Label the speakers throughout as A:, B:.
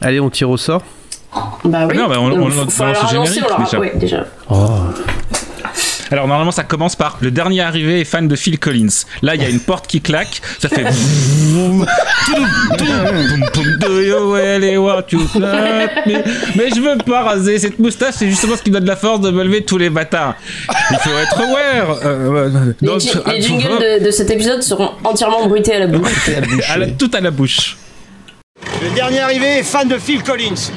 A: Allez, on tire au sort.
B: Bah oui.
C: Non, bah, on-
B: Donc,
C: on le
B: faut-
C: note
B: faut
C: dans
B: leur
C: ce
B: annoncer,
C: générique,
B: on leur a-
C: déjà.
B: ouais, déjà.
C: Alors normalement ça commence par le dernier arrivé est fan de Phil Collins. Là il y a une porte qui claque, ça fait vroom, vroom, vroom, vroom, Do you really want to fuck me Mais je veux pas raser cette moustache, c'est justement ce qui me donne la force de me lever tous les matins. Il faut être aware. euh, euh,
B: Les,
C: dans-
B: ji- les jingles de, de cet épisode seront entièrement bruités à la bouche.
C: à la- tout à la bouche.
D: Le dernier arrivé est fan de Phil Collins.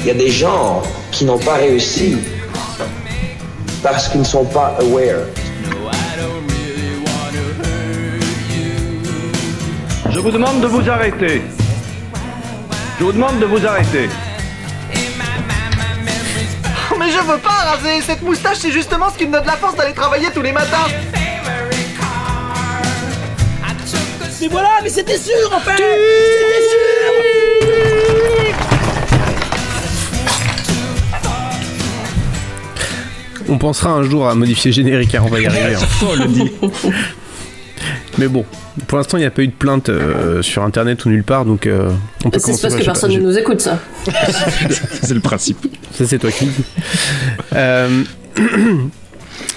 E: Il y a des gens qui n'ont pas réussi parce qu'ils ne sont pas aware.
F: Je vous demande de vous arrêter. Je vous demande de vous arrêter.
G: Mais je veux pas raser Cette moustache, c'est justement ce qui me donne la force d'aller travailler tous les matins
H: Mais voilà, mais c'était sûr enfin
A: On pensera un jour à modifier le générique, hein, on va y arriver. hein.
C: Oh, le dit.
A: Mais bon, pour l'instant, il n'y a pas eu de plainte euh, sur internet ou nulle part, donc euh, on peut
B: C'est
A: commencer
B: parce
A: par-
B: que
A: je sais
B: personne
A: pas,
B: ne nous écoute, ça.
C: C'est le principe.
A: Ça, c'est toi qui le dis. Euh,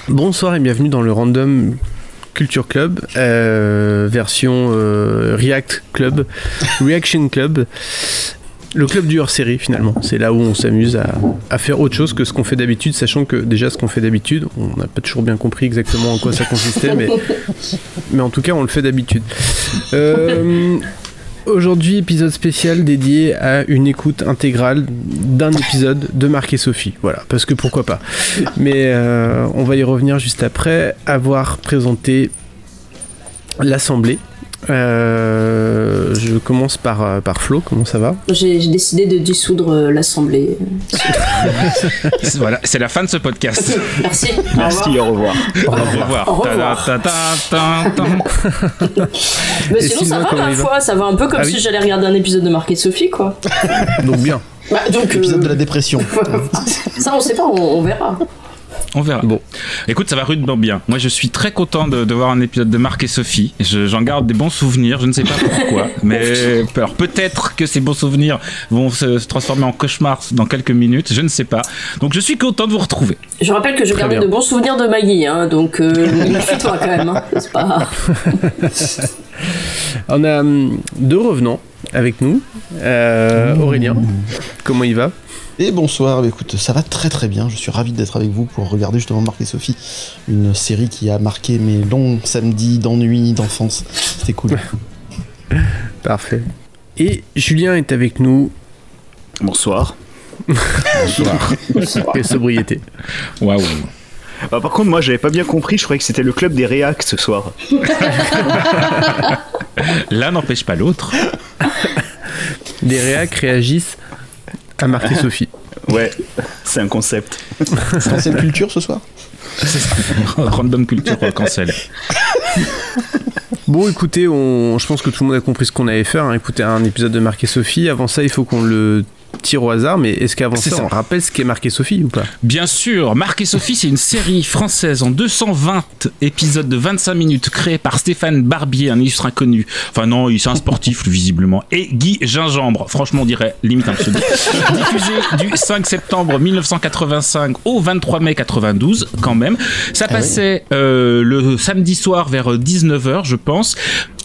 A: Bonsoir et bienvenue dans le Random Culture Club, euh, version euh, React Club, Reaction Club. Le club du hors-série, finalement. C'est là où on s'amuse à, à faire autre chose que ce qu'on fait d'habitude, sachant que déjà ce qu'on fait d'habitude, on n'a pas toujours bien compris exactement en quoi ça consistait, mais, mais en tout cas, on le fait d'habitude. Euh, Aujourd'hui, épisode spécial dédié à une écoute intégrale d'un épisode de Marc et Sophie. Voilà, parce que pourquoi pas. Mais euh, on va y revenir juste après avoir présenté l'Assemblée. Euh, je commence par, euh, par Flo, comment ça va
B: J'ai j'ai décidé de dissoudre euh, l'Assemblée.
C: C'est- Voilà, c'est la fin de ce podcast.
B: Merci. Au
F: Merci,
B: revoir.
F: au revoir.
C: Au revoir.
B: Au revoir.
C: Ta- ta- ta- ta- ta-
B: Mais
A: Et
B: sinon,
A: Sylvain,
B: ça va
A: comment il va
B: parfois, ça va un peu comme
A: Ah
B: si
A: oui.
B: j'allais regarder un épisode de Marc et Sophie, quoi.
A: Donc bien.
B: Bah, donc,
I: Épisode
B: euh,
I: de la dépression.
B: ça, on sait pas, on, on verra.
C: On verra.
A: Bon.
C: Écoute, ça va rudement bien. Moi, je suis très content de, de voir un épisode de Marc et Sophie. Je- J'en garde des bons souvenirs. Je ne sais pas pourquoi, mais alors peut-être que ces bons souvenirs vont se, se transformer en cauchemar dans quelques minutes. Je ne sais pas. Donc, je suis content de vous retrouver.
B: Je rappelle que je gardais
A: bien.
B: de bons souvenirs de Maggie, hein, donc euh, fais-toi quand même. hein. C'est pas...
A: On a hum, deux revenants avec nous. Euh, Aurélien, comment il va
I: Et bonsoir, bah écoute, ça va très très bien. Je suis ravi d'être avec vous pour regarder justement Marc et Sophie, une série qui a marqué mes longs samedis d'ennui, d'enfance. C'était cool.
A: Parfait. Et Julien est avec nous.
F: Bonsoir.
A: Quelle sobriété.
C: Waouh.
J: Bah,
F: Ah, par contre, moi, j'avais pas bien compris. Je croyais que c'était le club des réacs ce soir.
C: L'un n'empêche pas l'autre.
A: Des réacs réagissent à Marc et Sophie.
F: Ouais, c'est un concept.
I: Français de culture ce soir
C: Random culture cancel.
A: Bon, écoutez, on... je pense que tout le monde a compris ce qu'on allait faire. hein. Écoutez, un épisode de Marc et Sophie. Avant ça, il faut qu'on le tire au hasard. Mais est-ce qu'avant
C: C'est
A: ça,
C: ça.
A: on rappelle ce qu'est Marc et Sophie ou pas
C: Bien sûr, Marc et Sophie, c'est une série française en 220 épisodes de 25 minutes créée par Stéphane Barbier, un illustre inconnu. Enfin non, il- c'est un sportif visiblement. Et Guy Gingembre, franchement on dirait limite un pseudo. Diffusé du 5 septembre 1985 au 23 mai 92 quand même. Ça passait euh, le samedi soir vers 19h je pense.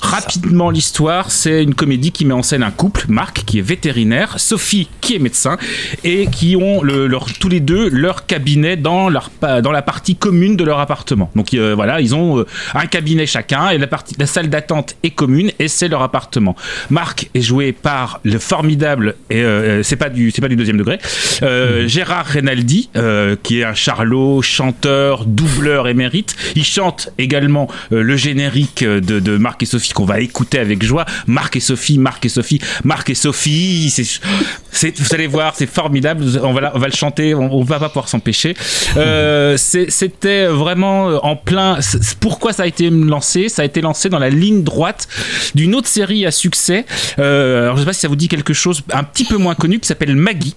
C: Rapidement l'histoire, c'est une comédie qui met en scène un couple, Marc qui est vétérinaire, Sophie qui est médecin, et qui ont le- leur, tous les deux leur cabinet dans, leur, pa- dans la partie commune de leur appartement. Donc euh, voilà, ils ont euh, un cabinet chacun et la, partie, la salle d'attente est commune et c'est leur appartement. Marc est joué par le formidable, et euh, c'est pas, du- c'est pas du deuxième degré, euh, Gérard Renaldi, euh, qui est un charlot, chanteur, doubleur émérite. Il chante également euh, le générique euh, de, de Marc et Sophie qu'on va écouter avec joie. Marc et Sophie, Marc et Sophie, Marc et Sophie. C'est, c'est- vous allez voir, c'est formidable. Vous- On va, la- on va le chanter, on, on va pas pouvoir s'empêcher. Euh, c'est- c'était vraiment euh, en plein. c'est- c'est Pourquoi ça a été lancé Ça a été lancé dans la ligne droite d'une autre série à succès. Euh, alors je sais pas si ça vous dit quelque chose, un petit peu moins connu qui s'appelle Maggie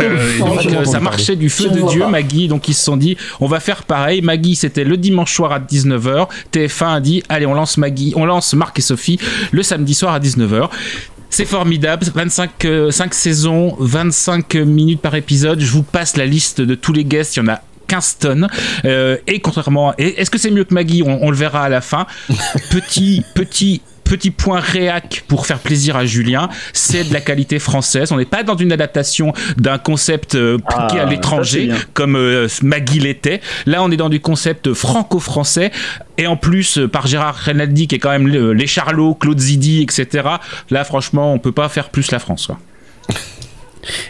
C: Euh, et donc,
I: Je
C: euh,
I: m'entends
C: ça
I: pas.
C: marchait du feu
B: Je ne
C: de
B: vois
C: Dieu,
B: pas.
C: Maggie. Donc, ils se sont dit, on va faire pareil. Maggie, c'était le dimanche soir à 19h. TF1 a dit, allez, on lance Maggie, on lance Marc et Sophie le samedi soir à 19h. C'est formidable, 25 euh, cinq saisons, 25 minutes par épisode. Je vous passe la liste de tous les guests, il y en a 15 tonnes. Euh, et contrairement, et est-ce que c'est mieux que Maggie on, on le verra à la fin. Petit, petit. Petit point réac pour faire plaisir à Julien, c'est de la qualité française. On n'est pas dans une adaptation d'un concept euh, piqué
J: Ah,
C: à
J: ça, c'est
C: l'étranger
J: bien.
C: comme euh, Maggie l'était. Là, on est dans du concept franco-français et en plus euh, par Gérard Renaldi qui est quand même le- les Charlots, Claude Zidi, etc. Là, franchement, on peut pas faire plus la France. quoi.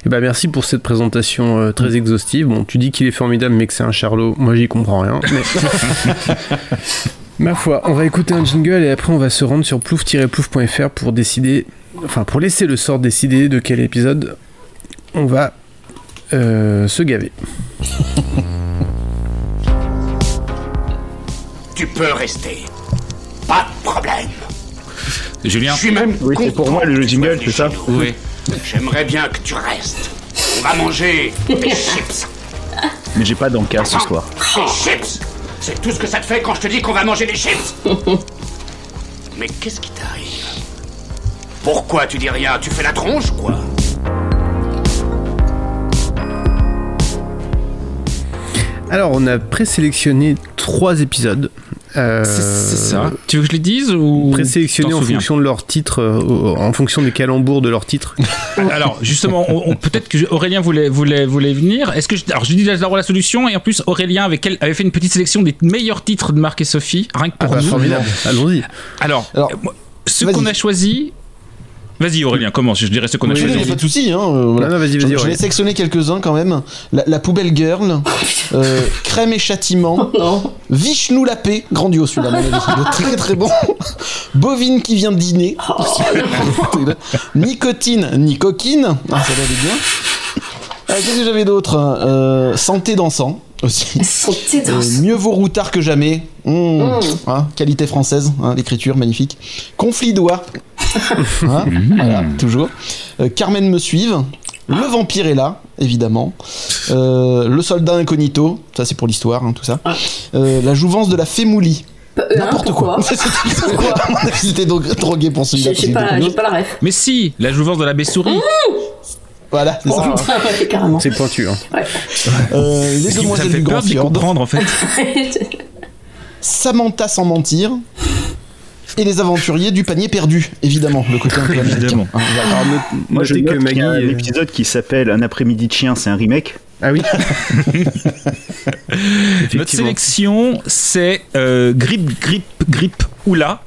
A: Eh ben, merci pour cette présentation euh, très exhaustive. Bon, tu dis qu'il est formidable, mais que c'est un charlot. Moi, j'y comprends rien. mais- Ma foi, on va écouter un jingle et après, on va se rendre sur plouf-plouf.fr pour décider, enfin, pour laisser le sort décider de quel épisode on va euh, se gaver.
D: Tu peux rester. Pas de problème.
C: Julien,
D: Je suis même
J: Oui, c'est pour moi le jingle, c'est ça
C: oui.
D: J'aimerais bien que tu restes. On va manger des chips.
J: Mais j'ai pas d'encas ce soir.
D: Des chips C'est tout ce que ça te fait quand je te dis qu'on va manger des chips Mais qu'est-ce qui t'arrive Pourquoi tu dis rien Tu fais la tronche, quoi
A: Alors, on a présélectionné trois épisodes. Euh,
C: C'est c'est ça. Tu veux que je les dise ou
A: Présélectionnés
C: T'en
A: en
C: souviens
A: fonction de leur titre, euh, au- en fonction des calembours de leur titre. Ah,
C: Alors justement, on- on- peut-être que je- Aurélien voulait voulait voulait venir. Est-ce que je, alors je dis d'abord la solution et en plus Aurélien avait, quel- avait fait une petite sélection des meilleurs titres de Marc et Sophie, rien que
A: Ah
C: pour
A: bah,
C: nous.
A: formidable. Allons-y.
C: Alors,
I: Alors,
C: euh, moi, ce
I: vas-y.
C: qu'on a choisi. Vas-y Aurélien, commence. Je dirais ce qu'on a
A: Oui,
I: Oui,
C: choisi.
I: il n'y a pas de souci. Hein, euh, voilà.
A: Non, non, vas-y,
I: J'en-
A: vas-y.
I: J'en ai
A: Aurélien.
I: sélectionné quelques-uns quand même. La, la poubelle girl, euh, crème et châtiment,
B: Non.
I: Vishnu la paix, grandiose celui-là, à mon avis. Il est très très bon. Bovine qui vient dîner, nicotine, nicoquine, ah, ça doit aller bien. Euh, Qu'est-ce que j'avais d'autre Euh, Santé dansant aussi.
B: Santé
I: Euh,
B: danse.
I: mieux vaut routard que jamais. Mmh. Hein, qualité française, hein, l'écriture magnifique. Conflit d'oie. Hein, voilà,
C: Mmh.
I: toujours. Euh, Carmen me suive. Le vampire est là, évidemment. Euh, le soldat incognito, ça c'est pour l'histoire, hein, tout ça. Euh, la jouvence de la fémoulie.
B: Pas- euh, hein,
I: N'importe quoi. C'était quoi À mon avis, C'était dro- drogué pour
B: J'ai
I: celui-là.
B: j'ai
I: parce qu'il était
B: pas,
I: connu.
B: j'ai pas la ref.
C: Mais si, la jouvence de la Bessouris.
I: Voilà, c'est
B: Oh
I: ça. hein.
B: putain, ouais, carrément.
A: C'est pointu. hein.
I: Euh, les
C: Ça me
I: demoiselles
C: fait
I: du Grand
C: peur d'y
I: Fjord.
C: comprendre en fait.
I: Samantha sans mentir. Et les aventuriers du panier perdu, évidemment, le côté un peu américain.
C: Évidemment.
I: Hein, voilà.
A: Alors, note-
J: Moi je
A: notez
J: note
A: que
J: qu'il
A: Maggie.
J: y a un
A: euh,
J: épisode qui s'appelle Un après-midi de chien, c'est un remake.
A: Ah oui.
C: Notre
A: Effectivement.
C: sélection, c'est euh, Grip, Grip, Grip, Oula.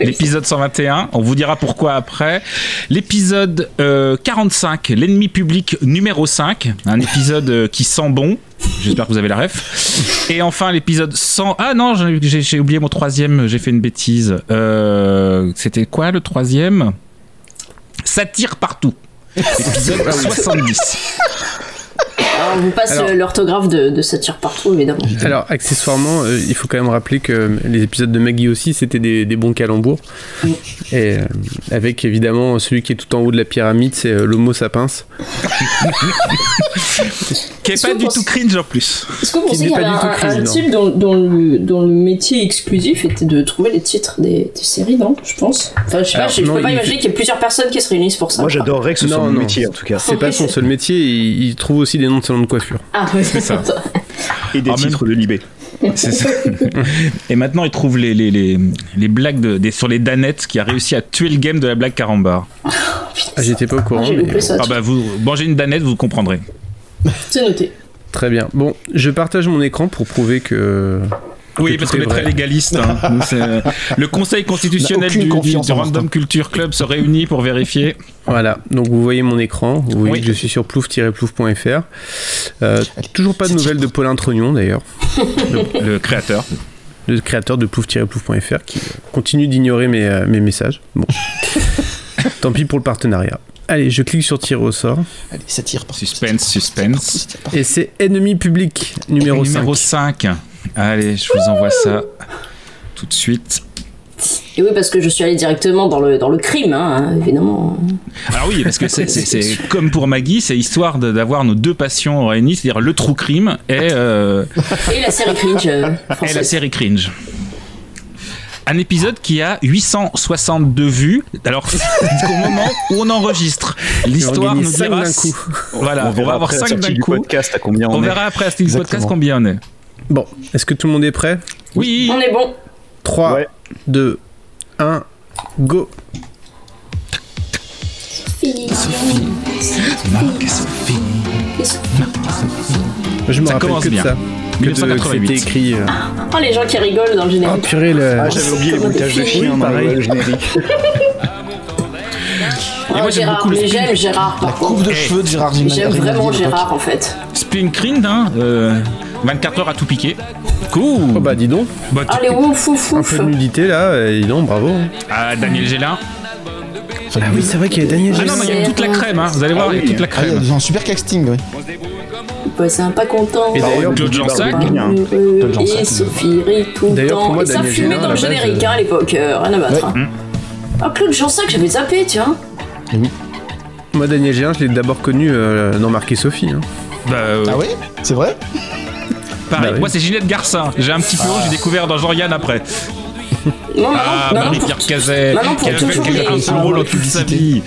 C: L'épisode 121, on vous dira pourquoi après. L'épisode euh, 45, l'ennemi public numéro 5, un épisode euh, qui sent bon. J'espère que vous avez la ref. Et enfin l'épisode 100. Ah non, j'ai- j'ai j'ai oublié mon troisième, j'ai fait une bêtise. Euh, C'était quoi le troisième Ça tire partout. Épisode 70.
B: Alors, on vous passe
A: Alors-
B: euh, l'orthographe de, de cette tire partout, évidemment.
A: Alors, accessoirement, euh, il faut quand même rappeler que euh, les épisodes de Maggie aussi, c'était des, des bons calembours. Et euh, avec évidemment celui qui est tout en haut de la pyramide, c'est euh, l'homo sapiens.
C: Qui est pas du tout cringe en plus.
B: Est-ce que vous
A: Qui
B: pensez
A: n'est
B: qu'il y
A: pas
B: avait
A: du tout
B: un,
A: crise,
B: un
A: non.
B: type dont, dont le, dont le métier exclusif était de trouver les titres des, des séries, non Je pense. Enfin, je sais pas,
A: Alors,
B: je, je
A: non,
B: peux pas
A: il-
B: imaginer qu'il y ait plusieurs personnes qui se réunissent pour ça.
J: Moi j'adorerais que ce soit
A: Non,
J: mon
A: non.
J: métier en tout cas.
A: C'est pas son seul métier, il, il trouve aussi des noms de salons de coiffure.
B: Ah, oui, c'est
C: ça.
B: ça.
J: Et des
C: Ah, même-
J: titres de Libé.
C: C'est ça. Et maintenant, il trouve les, les, les, les blagues de, des, sur les Danettes qui a réussi à tuer le game de la blague carambar.
A: Ah, J'étais pas au
B: Ah,
A: courant.
B: J'ai
A: mais-
B: loupé ça.
C: Ah bah, vous mangez une Danette, vous comprendrez.
B: C'est noté.
A: Très bien. Bon, je partage mon écran pour prouver que.
C: Oui,
A: tout
C: parce qu'on
A: est
C: est très
A: vrai.
C: légaliste. hein. Nous, c'est, euh, le Conseil constitutionnel
I: On n'a
C: du,
I: aucune
C: du-
I: confiance
C: du
I: en
C: Random
I: l'instant.
C: Culture Club se réunit pour vérifier.
A: Voilà. Donc vous voyez mon écran. Vous voyez
C: Oui.
A: que je suis sur plouf-plouf.fr. Euh, toujours pas de nouvelles de Paulin Trognon d'ailleurs.
C: Le créateur.
A: le créateur de plouf-plouf.fr qui euh, continue d'ignorer mes, euh, mes messages. Bon. Tant pis pour le partenariat. Allez, je clique sur tirer au sort
I: Allez, ça tire partout.
C: Suspense, suspense.
A: et c'est ennemi public numéro, 5.
C: 5. Allez, je vous envoie ça tout de suite.
B: Et oui, parce que je suis allée directement dans le, dans le crime, hein, évidemment.
C: Alors oui, parce que c'est- c'est c'est- comme pour Maggie, c'est histoire de- d'avoir nos deux passions réunies, c'est-à-dire le true crime et, euh,
B: Et la série cringe. euh,
C: et
B: française.
C: la série cringe. Un épisode qui a 862 vues. Alors, au moment où on enregistre, l'histoire
J: gagné
C: nous
J: cinq
C: dira.
J: d'un
C: si-
J: coup.
C: Voilà,
J: On
C: on,
J: verra
C: va avoir
J: après la
C: 5
J: sortie
C: d'un
J: du
C: coup.
J: podcast à combien on
C: on
J: est.
C: verra après la sortie du podcast
J: Exactement.
C: combien on est.
A: Bon, est-ce que tout le monde est prêt
C: Oui
B: On est bon.
A: 3, 2, 1, go Je me
C: Ça
A: rappelle
C: commence
A: que de
C: bien.
A: ça. Que de- que
C: 1988.
A: c'était écrit. euh,
B: Oh, les gens qui rigolent dans le
A: Ah
B: générique.
A: purée, le...
J: Ah, j'avais oublié les bruitages de chiens dans
A: pareil.
J: le générique.
B: Oh,
C: moi, j'aime
B: Gérard,
C: beaucoup le
B: mais
C: film.
B: j'aime Gérard,
I: La
B: par
I: coupe
B: contre.
I: de
C: Eh.
I: cheveux de Gérard Jiménez.
B: J'aime vraiment Gérard, en fait.
C: Spin Cringe, hein, euh, 24 heures à tout piquer. Cool
A: Oh bah dis donc,
C: Bah, tu-
B: Allez, ouf, ouf,
A: un
B: ouf.
A: peu de nudité là, et dis donc, bravo. hein.
C: Ah, Daniel Gélin.
A: Ah oui, c'est vrai qu'il y a Daniel
C: Ah non, mais il y a toute la crème, hein. vous allez voir, il y a toute la
I: Ah, il y
C: crème.
I: a un super casting, oui.
B: Bah, c'est un pas content. Euh,
A: Et d'ailleurs,
C: Claude Jansac.
B: Pas
J: bien.
B: heureux
I: Claude Jansac,
B: Et Sophie rit tout le
A: D'ailleurs, pour
B: temps.
A: moi,
B: Et ça
A: Daniel
B: fumait
A: Gélin,
B: dans le
A: à la base, Hum.
B: générique, hein, à l'époque. euh, Rien à battre. hein. Ah, Claude Jansac, j'avais zappé, tiens.
A: moi Daniel Gélin, je l'ai d'abord connu euh, dans Marquis Sophie. hein.
C: Bah, euh,
I: Ah ouais C'est vrai
C: pareil.
A: Bah oui.
C: Moi, c'est Ginette Garcin. J'ai un petit
J: Ah.
C: peu, j'ai découvert dans Jean-Yann après.
B: Non,
C: Ah,
B: maintenant, maintenant,
C: Marie-Pierre
B: pour-
C: Cazet,
B: maintenant, pour
C: qui a fait
B: toujours
C: qui a
B: les-
C: un seul rôle en toute sa vie.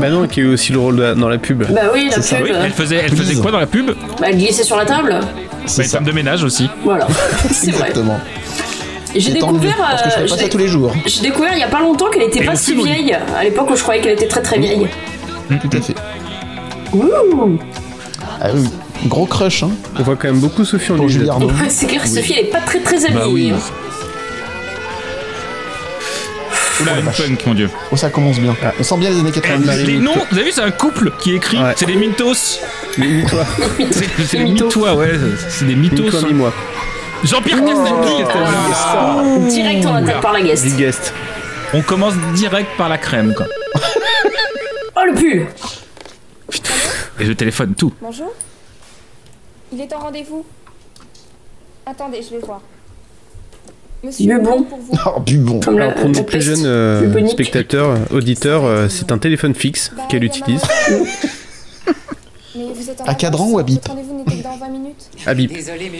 A: Bah non, qui a eu aussi le rôle de- dans la pub.
B: Bah oui, la
C: Ah
B: pub.
C: oui, elle faisait, elle faisait
I: Please.
C: quoi dans la pub
B: Bah, elle glissait sur la table.
I: C'est
C: bah, Une femme de ménage aussi.
B: Voilà. c'est vrai.
I: Exactement.
B: J'ai
I: Et tant mieux,
B: découvert.
I: Parce que je
B: euh,
I: fais pas
B: j'ai-
I: ça tous les jours. hein,
B: J'ai découvert il y a pas longtemps qu'elle était
C: Et
B: pas
C: le
B: si
C: film, oui.
B: vieille. À l'époque où je croyais qu'elle était très très vieille.
I: Tout à fait.
B: Ouh
I: Ah oui, gros crush, hein,
A: On voit quand même beaucoup Sophie en
I: pour
A: nudité.
I: Julie Arnaud.
B: C'est clair que Sophie elle est pas très très
C: Bah
B: habillée.
C: oui. Oula, une punk, mon dieu.
I: Oh, ça commence bien. On sent bien les années
C: Eh,
I: 90.
C: les noms, vous avez vu, c'est un couple qui écrit.
A: Ouais.
C: C'est des mythos. C'est c'est des
B: mythos.
C: mythos, ouais. c'est- C'est des mythos.
A: Ni toi ni moi.
C: Jean-Pierre Castelli était Oh là.
B: Direct on attaque par la guest.
A: Big guest.
C: On commence direct par la crème, quoi.
B: Oh le pull
C: Et je téléphone tout.
K: Bonjour Il est en rendez-vous Attendez, je vais voir.
B: Il est
K: Monsieur,
B: bon.
K: pour vous.
I: Oh, du bon.
B: Comme la,
A: Alors pour
B: la
A: nos plus
B: peste
A: jeunes euh,
B: bubonique.
A: spectateurs, euh, auditeurs, euh, c'est un téléphone fixe
K: Bah,
A: qu'elle
K: il y en a
A: utilise.
K: un. Mais vous êtes en
I: À cadran
K: vacances,
I: ou à bip
K: Votre rendez-vous n'était que dans 20 minutes.
A: Ah bip.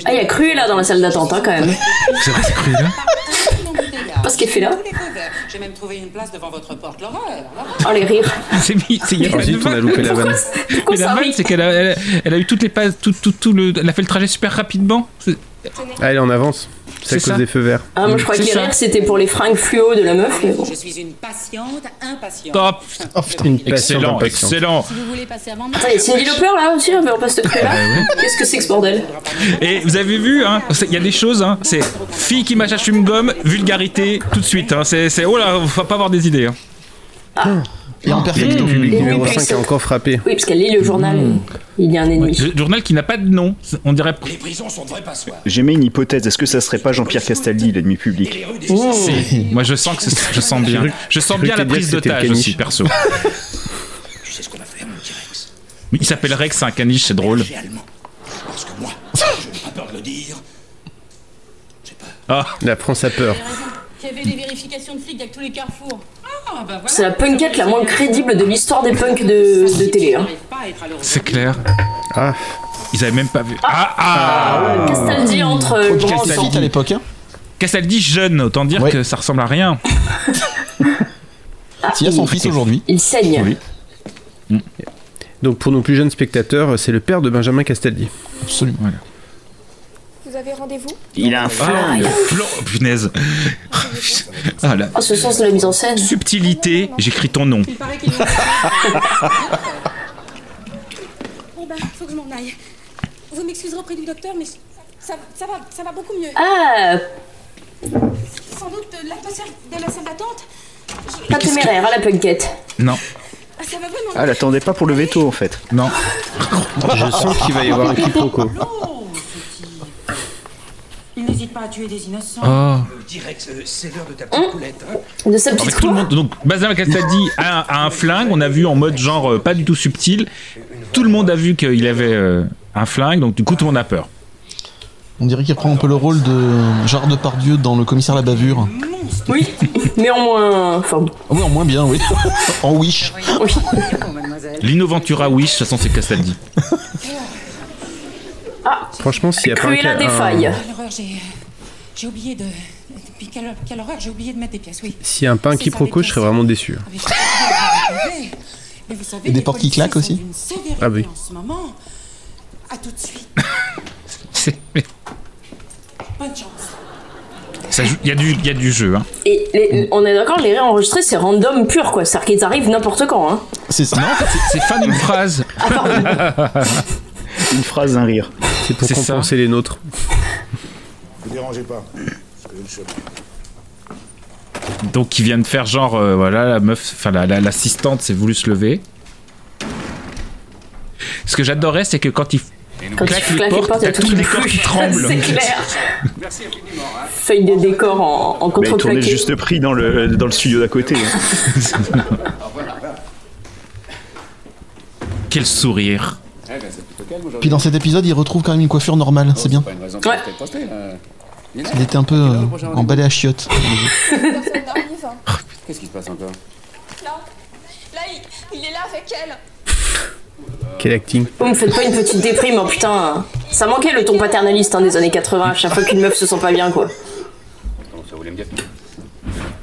B: Ah il y a cru là dans la salle d'attente hein, quand même.
C: C'est vrai, c'est cru, là.
B: Pas ce qu'elle fait là.
H: J'ai même trouvé une place devant votre porte, l'horreur.
B: Oh les rires.
C: C'est mis. c'est- il y a
A: Oh
C: pas de
A: zut, on a
C: vanne.
A: loupé la vanne.
B: Pourquoi
C: Mais la
B: ça
C: vanne,
B: rit
C: c'est qu'elle a, elle, elle a eu toutes les passes, tout, tout, tout le, elle a fait le trajet super rapidement. C'est-
A: Allez, on avance. C'est
C: C'est
A: à cause
C: ça.
A: des feux verts.
B: Ah moi je crois
C: C'est
B: que les
C: ça.
B: rires c'était pour les fringues fluo de la meuf mais bon.
H: Je suis une patiente impatiente.
C: Top,
I: Oh putain.
A: Une patiente
C: excellent,
A: impatiente.
C: excellent.
H: Si vous voulez passer avant moi,
B: Attends, il y a Cindy Lauper là aussi, là, mais on passe de près là.
C: Ah,
B: Qu'est-ce que c'est que ce bordel
C: Et vous avez vu, hein, c'est- il y a des choses, hein, c'est fille qui mâche un chewing-gum, vulgarité, tout de suite. Hein, c'est, c'est, oh là, faut pas avoir des idées. Hein.
I: Et en perfecto.
A: Public
B: Et
A: numéro
B: oui,
A: 5 a
B: personne.
A: encore frappé.
B: Oui, parce qu'elle lit le journal.
C: Hmm.
B: et Il y a un ennemi.
C: Le journal qui n'a pas de nom, c'est- on dirait.
D: Les prisons sont de vrais passoires.
J: J'aimais une hypothèse. Est-ce que ça serait pas Jean-Pierre Castaldi, l'ennemi public
D: Les rues des
C: Oh. C'est- Moi, je sens que c'est- je sens bien, je sens
A: cru
C: bien
A: que
C: la
A: t'allais
C: prise
A: dire que c'était le
C: d'otage
A: caniche.
C: aussi, perso.
D: Tu sais ce qu'on va faire, mon petit Rex
C: Il s'appelle Rex, c'est un caniche, c'est drôle.
D: J'ai allemand. Parce que moi, je n'ai pas peur de le dire.
C: Ah,
A: La France a peur.
K: Il y avait des vérifications de flics à tous les carrefours.
H: Ah, bah voilà.
B: C'est la punkette la moins crédible de l'histoire des punks de, de télé. Hein.
H: J'arrive pas à être à l'heure
C: c'est clair.
A: Ah.
C: Ils avaient même pas vu. Ah ah.
B: Castaldi entre euh, le grand
I: Quelle
B: sang.
I: fit à l'époque, hein
C: Castaldi jeune, autant dire
I: Ouais.
C: que ça ressemble à rien.
B: Ah.
I: S'il y a son fils aujourd'hui.
B: Il saigne.
C: Oui.
A: Donc pour nos plus jeunes spectateurs, euh, c'est le père de Benjamin Castaldi.
I: Absolument.
K: Vous avez rendez-vous
J: Il a un flingue.
C: Ah, le flan, oh, punaise. Ah, la
B: Oh, ce sens de la mise en scène.
C: subtilité, j'écris ton nom.
H: Il paraît qu'il y a
K: Eh ben, faut que je m'en aille. Vous m'excuserez auprès du docteur, mais ça, ça, va, ça va beaucoup mieux.
B: Ah,
K: Sans doute euh, l'atmosphère de la salle d'attente.
B: pas téméraire, hein, la punkette.
C: Non,
K: Ça va vraiment.
J: Ah, elle attendait pas pour le veto en fait.
C: non.
A: Je sens qu'il va y avoir un quiproquo.
H: l'eau, ce type. Il n'hésite pas à tuer des innocents.
A: Ah.
C: Oh.
D: Petit Rex, euh, c'est l'heure de ta petite poulette. Hein
B: De sa
C: Avec
B: petite
C: Ah, tout le
B: voix.
C: monde, donc Benjamin Castaldi a, un- a un flingue, on a vu en mode genre euh, pas du tout subtil. Tout le monde a vu qu'il avait euh, un flingue, donc du coup tout le monde a peur.
I: On dirait qu'il reprend un peu le rôle de Gérard Depardieu dans Le commissaire à la bavure.
B: Oui, mais en moins. Enfin,
I: Oui, en moins bien, oui. en Wish.
C: Lino Ventura Wish, de toute façon c'est Castaldi.
A: Franchement, s'il y a pas
B: Cruella
A: un-
B: des
A: un-
B: failles.
H: Quelle horreur, j'ai euh, j'ai oublié de. Depuis quelle, quelle horreur, j'ai oublié de mettre des pièces, oui.
A: S'il y a un pain
H: C'est
A: quiproquo, je serais vraiment déçu.
H: Ah, Mais vous
A: Et
H: savez,
A: des
H: les
A: portes qui
H: policiers
A: claquent
H: sont
A: aussi
H: d'une sévérité
A: Ah oui. Ah.
H: En ce moment, à tout de suite. Bonne chance.
C: Ça joue- Il y, a du- il y a du jeu. Hein.
B: Et les- on est d'accord, les rires enregistrés, c'est random pur, quoi. C'est-à-dire qu'ils arrivent n'importe quand, hein.
I: C'est ça.
C: Non, en fait, c'est- c'est fan une phrase.
J: Une phrase, un rire.
A: C'est pour compenser les nôtres.
L: Vous dérangez pas. Je le chemin.
C: Donc ils viennent faire genre, euh, voilà, la meuf, enfin la- la- l'assistante s'est voulu se lever. Ce que j'adorais, c'est que quand ils
B: Quand
C: claquent
B: tu
C: les
B: claques les
C: portes,
B: portes, il y
C: t'as
B: a
C: tout le décor qui tremble.
B: C'est clair.
L: hein.
B: Feuille de décor en, en
J: Mais il tournait
B: contreplaqué.
J: juste pris dans le, dans le studio d'à côté. hein.
C: Quel sourire.
I: Puis dans cet épisode, il retrouve quand même une coiffure normale, c'est bien.
B: Ouais.
I: Il était un peu euh, emballé à chiottes.
L: Qu'est-ce qui se passe encore
K: Là, là, il, il est là avec elle.
A: Quel acting.
B: Vous me faites pas une petite déprime, hein, putain. Ça manquait le ton paternaliste hein, des années 80, à chaque fois qu'une meuf se sent pas bien, quoi.
L: Comment ça, vous voulez me dire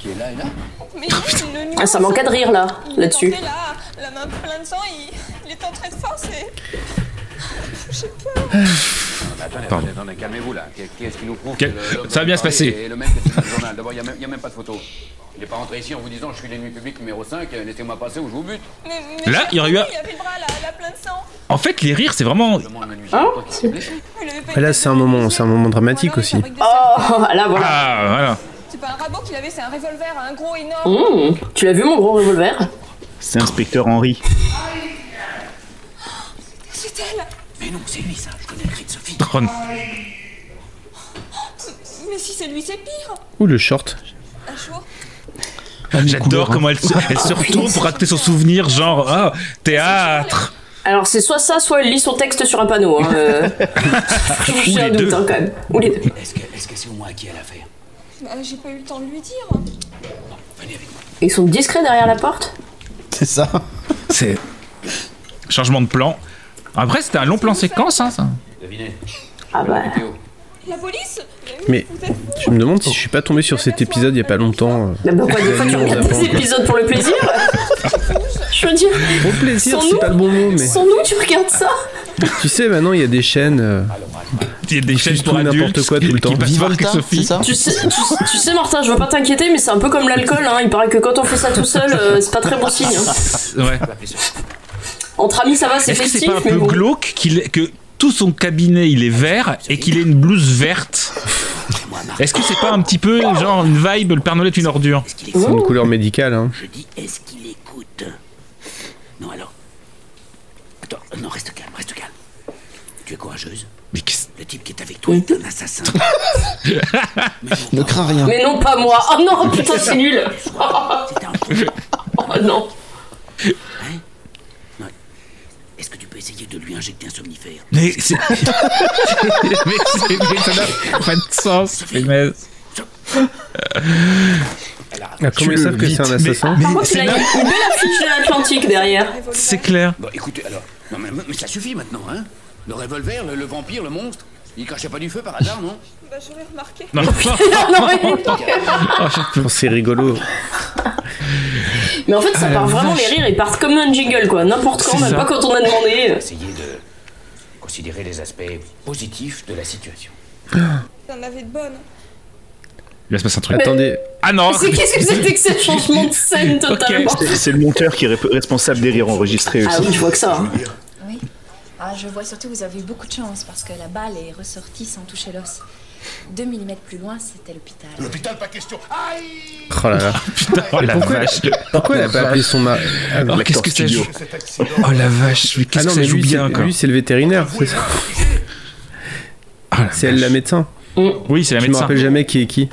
L: Qui est là et là
K: Mais non, il le nuance.
B: Ah, ça manquait de rire, là,
K: Il
B: là-dessus.
K: était là, la main pleine de sang, il, il était en train de forcer. Je sais pas.
L: Attendez,
C: Pardon.
L: attendez, attendez, calmez-vous là. Qui qui est-ce qui nous prouve
C: Quel-
L: que le- l'homme
C: ça va
L: dont
C: bien
L: vous
C: se
L: parlez
C: passer.
L: est le même que c'est dans le journal. D'abord, il n'y a, même- il y a même pas de photo. Il n'est pas rentré ici en vous disant je suis l'ennemi public numéro 5, euh, laissez-moi passer ou je vous bute.
K: Mais, mais
C: Là, il y aurait eu. un- En fait, les rires, c'est vraiment.
A: Là, c'est un moment, c'est un moment dramatique aussi.
B: Oh, là, voilà.
C: Ah, voilà.
K: C'est pas un rabot qu'il avait, c'est un revolver, un gros énorme.
B: Mmh, tu l'as vu, mon gros revolver
J: C'est inspecteur Henri.
K: C'est elle
D: Mais non, c'est lui ça, je connais le cri de Sophie.
C: Trône.
K: Mais si c'est lui, c'est pire
A: Ouh, le short.
K: Un jour,
C: Ah, J'adore comment elle, se- elle se retourne pour raconter son souvenir, genre, ah, théâtre.
B: Alors, c'est soit ça, soit elle lit son texte sur un panneau. Hein, euh. J'ai un doute, hein, quand même. Ou les deux.
L: Est-ce que est-ce que c'est au moins à qui elle a affaire
K: bah, j'ai pas eu le temps de lui dire.
B: Ils sont discrets derrière la porte
I: C'est ça.
C: C'est. Changement de plan. Après, c'était un long plan séquence, hein, ça.
L: Devinez.
B: Ah bah.
K: La police
A: Mais je me demande si je suis pas tombé sur cet épisode il y a pas longtemps. euh.
B: Bah, pourquoi des fois tu
A: Nous, on
B: regardes
A: apprend,
B: des
A: quoi.
B: épisodes pour le plaisir Je veux dire.
A: Pour plaisir,
B: sans
A: c'est
B: nous-
A: pas le bon mot, mais.
B: Sans nous, tu regardes ça
A: Tu sais, maintenant, il y a des chaînes. euh,
C: Il y a des chaînes
A: tout
C: pour
A: et n'importe
C: adultes
A: quoi tout le
C: qui-
A: temps.
C: qui passent par Vivalta, Sophie. c'est ça
B: tu sais, tu, tu sais, Martin, je veux pas t'inquiéter, mais c'est un peu comme l'alcool. Hein. Il paraît que quand on fait ça tout seul, euh, c'est pas très bon signe. hein.
C: Ouais.
B: Entre amis, ça va, c'est
C: Est-ce que c'est
B: festif,
C: pas un
B: mais
C: peu
B: bon.
C: glauque qu'il ait- que tout son cabinet il est vert et qu'il ait une blouse verte Est-ce que c'est pas un petit peu genre une vibe le Père Noël est une ordure
A: C'est une couleur médicale. Hein.
D: Je dis, est-ce qu'il écoute Non, alors. Attends, non, reste calme, reste calme. Tu es courageuse.
C: Mais qu'est-ce.
D: Le type qui est avec toi est un assassin.
I: Ne crains rien.
B: Mais non, pas moi. Oh non, putain, c'est nul. Oh non.
D: Est-ce que tu peux essayer de lui injecter un somnifère
C: Mais c'est. mais, c'est- mais ça n'a pas de sens, mais.
A: Ah, comment ils savent que c'est un assassin
B: Par contre, il a une belle affiche de l'Atlantique derrière.
C: C'est clair.
D: Bon, écoutez, alors. Non, mais, mais ça suffit maintenant, hein Le revolver, le, le vampire, le monstre Il crachait pas du feu par hasard, non
K: Bah, je l'ai remarqué.
C: Non.
A: Oh, c'est rigolo.
B: Mais en fait, ça
A: Ah, la
B: part vraiment,
A: vache.
B: les rires, ils partent comme un jingle, quoi. N'importe quand,
D: C'est
B: même
D: ça.
B: pas quand on a demandé.
D: Essayez de considérer les aspects positifs de la situation.
K: T'en avais de bonnes.
C: Il va se passer un truc.
A: Attendez.
C: Ah non
B: C'est qu'est-ce que c'était que ce changement de scène totalement
J: C'est le monteur qui est rep- responsable des rires enregistrés aussi.
B: Ah oui, je vois que ça. hein.
M: Oui. Ah, je vois surtout que vous avez eu beaucoup de chance parce que la balle est ressortie sans toucher l'os. Deux millimètres plus loin, c'était l'hôpital.
D: L'hôpital, pas question. Aïe
A: Oh là là.
C: oh la
A: pourquoi,
C: vache.
A: pourquoi elle a
C: La
A: pas
C: vache.
A: appelé son mari
C: Oh, qu'est-ce que ça joue Oh la vache, mais qu'est-ce que ça joue bien, quoi.
A: Ah
C: Ah,
A: Lui, c'est le vétérinaire, c'est ça C'est elle la médecin
C: Oui, c'est la
A: Je me
C: médecin.
A: rappelle jamais qui est qui.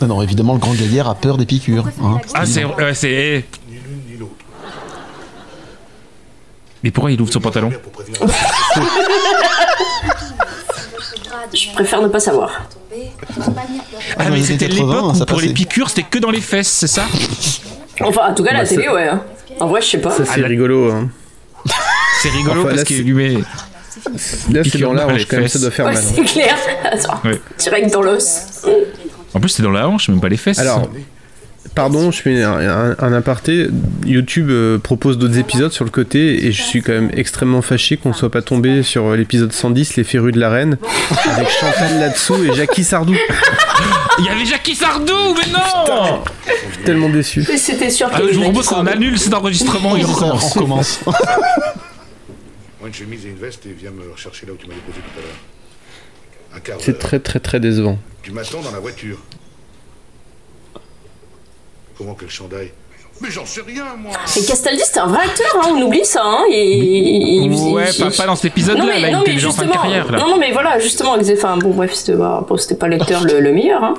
I: Ah non, évidemment, le grand gaillard a peur des piqûres. hein.
C: Ah, c'est. ouais, c'est- Mais pourquoi il ouvre son pantalon
B: Je préfère ne pas savoir.
C: Ah, mais c'était l'époque où pour les piqûres, c'était que dans les fesses, c'est ça
B: Enfin, en tout cas, la
C: Bah, ça-
B: télé, ouais. hein. En vrai, je sais pas.
A: Ça, c'est rigolo. hein.
C: C'est rigolo
A: Enfin,
C: parce
A: là,
C: qu'il
A: c'est-
C: lui met.
A: Là, c'est
C: piqûres
A: dans la
C: les
A: hanche, quand même,
C: fesses.
A: ça doit faire
B: Ouais,
A: mal. hein.
B: c'est clair. Attends,
C: Ouais.
B: direct dans l'os.
C: En plus, c'est dans la hanche, même pas les fesses.
A: Alors, pardon, je fais un, un- un aparté. YouTube euh, propose d'autres épisodes sur le côté et je suis quand même extrêmement fâché qu'on soit pas tombé sur euh, l'épisode 110, Les Férus de la Reine, avec Chantal là-dessous et Jackie Sardou.
C: Il y avait Jackie Sardou, mais non
A: Tellement déçu.
B: Mais c'était sûr que
C: Ah,
B: les
C: Je vous
B: mecs
C: propose qu'on
B: sont-
C: annule cet enregistrement et on recommence.
N: Moi, une chemise et une veste et viens me rechercher là où tu m'avais posé tout à l'heure. Un quart
A: C'est
N: d'heure.
A: très très très décevant.
N: Tu m'attends dans la voiture. Comment que le chandail Mais j'en sais rien, moi
B: Et Castaldi, c'était un vrai acteur, hein, on oublie ça. Hein, et, et- il-
C: Ouais,
B: il-
C: pas,
B: il-
C: pas dans cet épisode-là,
B: Non,
C: là,
B: mais-
C: il
B: non,
C: était
B: mais
C: déjà en fin de
B: justement,
C: carrière. Là.
B: Non, non, mais voilà, justement, il disait, enfin, bon, bref, c'était bah, bon, c'était pas l'acteur le, le meilleur. Hein.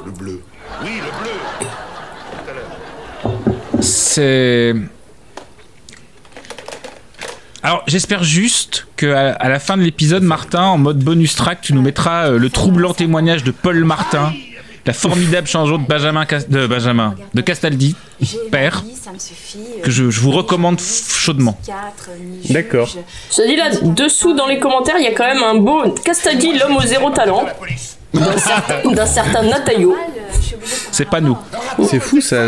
C: C'est. Alors, j'espère juste que à, à la fin de l'épisode, Martin, en mode bonus track, tu nous mettras euh, le troublant témoignage de Paul Martin, la formidable changeon de Benjamin, Cas- de Benjamin, de Castaldi, père,
M: Ça me suffit.
C: que je, je vous recommande f- chaudement. D'accord.
B: Je te dis là, dessous dans les commentaires, il y a quand même un beau Castaldi, l'homme au zéro talent, d'un certain, d'un certain Natayo.
C: C'est pas nous.
A: C'est fou ça.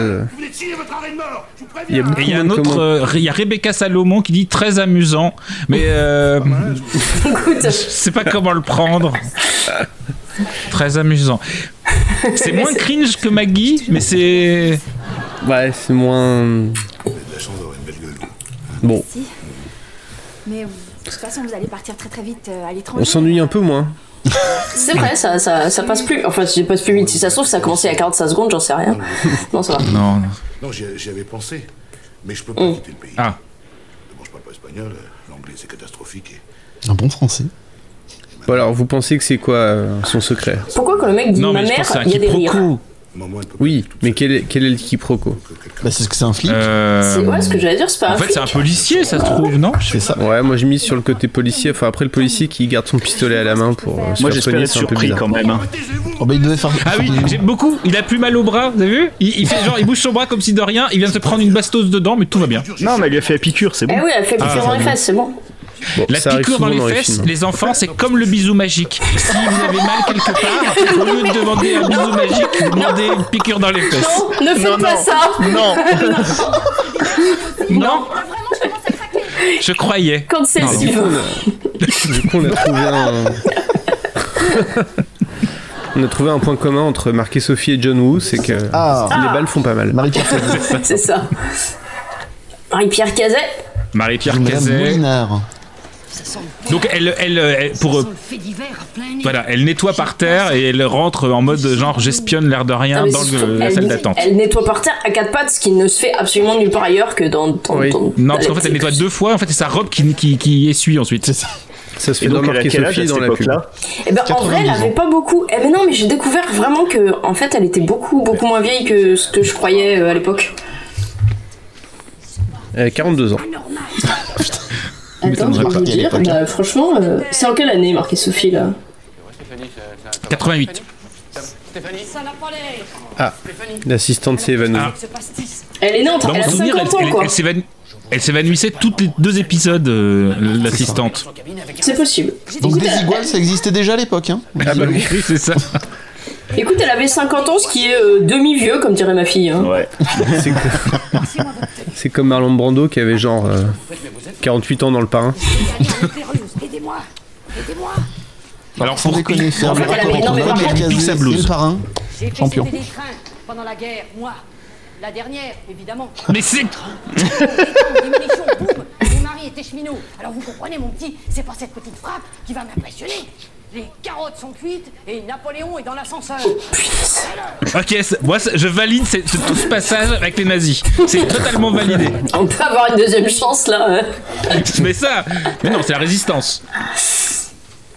A: Il y a beaucoup
C: Et il y a un
A: moins de
C: autre,
A: commandes.
C: euh, il y a Rebecca Salomon qui dit très amusant, mais euh, je sais pas comment le prendre. très amusant. C'est moins cringe que Maggie, mais c'est. euh,
A: Ouais, c'est moins. Bon,
M: Mais euh, de toute façon, vous allez partir très très vite euh, à l'étranger.
A: on s'ennuie un peu moins.
B: C'est vrai, ça, ça, ça passe plus. Enfin, ça passe plus vite. Si ça se trouve, ça a commencé à 45 secondes, j'en sais rien. Non, ça va.
C: Non.
N: Non, j'y j'y avais pensé. Mais je peux pas
B: Mm.
N: quitter le pays.
C: Ah.
N: Bon, je parle pas espagnol, euh, l'anglais c'est catastrophique. et-
I: Un bon français.
A: Bon, alors, vous pensez que c'est quoi euh, son secret
B: Pourquoi quand le mec dit ma mère, il y a des rires
A: Oui, mais quel est, quel est le quiproquo
I: Bah, C'est ce que c'est un flic
C: Euh,
B: C'est ouais, ce que j'allais dire, c'est pas un flic.
C: policier, ça se trouve, non Je
A: fais ça. Ouais, moi je mise sur le côté policier. Enfin, après, le policier qui garde son pistolet à la main pour. euh, se faire
J: Moi, j'espère
A: soigner,
J: être
A: c'est un peu
J: surpris
A: bizarre.
J: quand même. hein.
I: Oh, bah, il devait faire.
C: Ah oui, j'aime beaucoup. Il a plus mal au bras, vous avez vu il, il fait genre, il bouge son bras comme si de rien. Il vient de se prendre une bastose dedans, mais tout va bien.
J: Non, mais elle lui a fait la piqûre, c'est bon.
B: Eh oui, elle fait
C: Ah,
B: le
C: ça
B: dans les
C: va.
B: fesses, c'est bon.
A: Bon,
C: La
A: ça arrive
C: piqûre dans
A: souvent
C: les fesses,
A: films.
C: les, enfants, c'est comme le bisou magique. Si vous avez mal quelque part, au lieu de demander un bisou magique, demandez une piqûre dans les fesses.
B: Ne faites pas ça
J: Non
C: Non Je croyais.
B: Quand c'est
C: Non,
B: le suivant.
A: Du coup, on a trouvé un. on a trouvé un point commun entre Marc et Sophie et John Woo, c'est que
I: Ah.
A: les balles font pas mal.
I: Marie-Pierre
B: C'est ça. Marie-Pierre Cazet
C: Marie-Pierre
I: Madame
C: Cazet.
I: Moulinard.
C: Donc elle, elle, elle- pour, euh, voilà, elle nettoie par terre et elle rentre en mode genre j'espionne l'air de rien
B: Ah, mais
C: dans
B: c'est
C: le- euh,
B: surtout,
C: la
B: elle-
C: salle d'attente.
B: Elle nettoie par terre à quatre pattes, ce qui ne se fait absolument nulle part ailleurs que dans. dans, dans-
C: Non, parce qu'en fait elle nettoie deux fois. En fait c'est sa robe qui, qui, qui essuie ensuite. C'est ça.
A: Ça se
J: fait donc, dans elle a Marc et quel âge à Sophie cette dans la pub. époque-là
B: Eh ben, en vrai, elle
J: 92 ans.
B: avait pas beaucoup. Eh ben non, mais j'ai découvert vraiment que, en fait, elle était beaucoup, beaucoup moins vieille que ce que je croyais euh, à l'époque.
A: Elle a 42 ans.
B: Attends, je vais vous dire. bah, franchement, euh, c'est en quelle année, Marc et Sophie, là
C: 88.
H: Stéphanie Ça n'a pas l'air
A: Ah, l'assistante s'est évanouie.
H: Se passe-t-il
B: Elle est née entre.
C: Dans mon
B: Elle a
C: souvenir,
B: 50
C: elle,
B: ans,
C: elle-
B: quoi.
C: elle s'évan- elle s'évanouissait toutes les deux épisodes, euh, l'assistante.
B: C'est possible.
I: Donc,
B: Écoute,
I: des
B: elle-
I: iguales, ça existait déjà à l'époque. Hein.
A: Ah bah oui.
C: c'est ça.
B: Écoute, elle avait 50 ans, ce qui est euh, demi-vieux, comme dirait ma fille. hein.
J: Ouais.
A: C'est que- C'est comme Marlon Brando qui avait genre euh, 48 ans dans le parrain.
H: Aidez-moi Aidez-moi
C: Alors pour
I: déconner, faire
C: en
I: le
C: fait, elle-
I: hein. rapport
C: elle-
I: entre
C: elle- elle-
I: Marie-Pierre
C: elle- pique sa
I: Cazet et
C: blouse.
I: le parrain.
H: J'ai fait
I: Champion.
H: sauter des trains pendant la guerre, moi. La dernière, évidemment.
C: Mais c'est
H: Démolition, boum Mon mari était cheminot. Alors vous comprenez, mon petit, c'est pas cette petite frappe qui va m'impressionner. Les carottes sont cuites et Napoléon est dans l'ascenseur.
C: Ok, c'est- moi c'est- je valide c'est- c'est tout ce passage avec les nazis. C'est totalement validé.
B: On peut avoir une deuxième chance, là. hein.
C: Mais ça, mais non, c'est la résistance.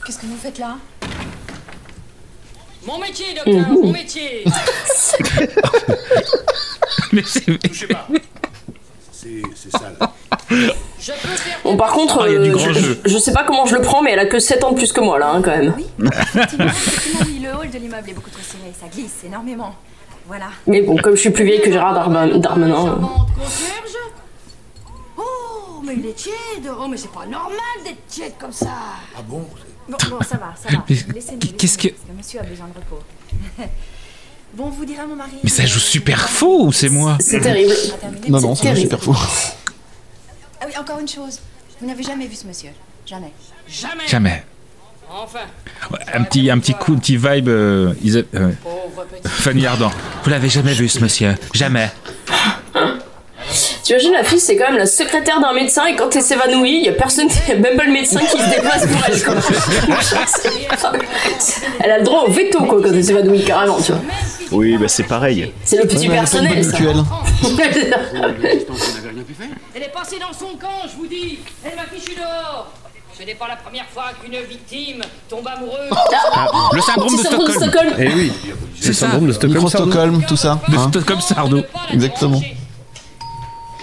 M: Qu'est-ce que vous faites là
H: Mon métier, docteur, mon métier
C: Mais c'est
N: C'est c'est sale.
B: Bon, par contre,
C: Ah, il y a du
B: euh,
C: grand
B: je,
C: jeu.
B: je- je sais pas comment je le prends, mais elle a que 7 ans de plus que moi là, hein, quand même.
M: Ah, Effectivement, oui, le hall de l'immeuble est beaucoup trop serré, ça glisse énormément. Voilà.
B: mais bon, comme je suis plus vieille que Gérard Darman-
C: Oh.
B: Darmanin. euh,
H: Concierge Oh, mais il est tiède Oh, mais c'est pas normal d'être tiède comme ça
N: Ah bon
M: Bon, bon, ça va, ça va.
C: Mais
M: Laissez-nous.
C: qu'est-ce
M: laissez-nous,
C: que-
M: parce Monsieur a besoin de repos. bon, vous direz à mon mari.
C: Mais
H: euh,
C: ça joue super faux ou c'est moi
M: C'est terrible.
I: Non, non, c'est
M: Terrible.
I: super faux.
M: Ah oui, encore une chose. Vous n'avez jamais vu ce monsieur. Jamais. Jamais.
C: Jamais.
M: Enfin.
C: Ouais, un petit, un petit coup, un petit vibe. euh, Isa- euh, Fanny Ardant. Vous l'avez jamais vu ce monsieur Jamais.
B: Tu imagines, la fille, c'est quand même la secrétaire d'un médecin et quand elle s'évanouit, il y a personne, y a même pas le médecin qui se déplace pour elle. quoi. Moi, je trouve c'est- enfin, elle a le droit au veto quoi quand elle s'évanouit carrément, tu vois.
J: Oui, bah c'est pareil.
B: C'est le petit personnel. ça.
H: Elle est passée dans son camp, je vous dis Elle m'a fichu dehors Ce n'est pas la première fois qu'une victime tombe amoureuse
C: Ah, le syndrome de
H: Petit syndrome de
C: Stockholm.
H: Stockholm.
A: Eh oui.
C: C'est
A: Le
C: ça.
A: syndrome de Stockholm, Micro Sardou. Stockholm,
I: tout ça. hein.
C: De Stockholm Sardo.
I: Exactement.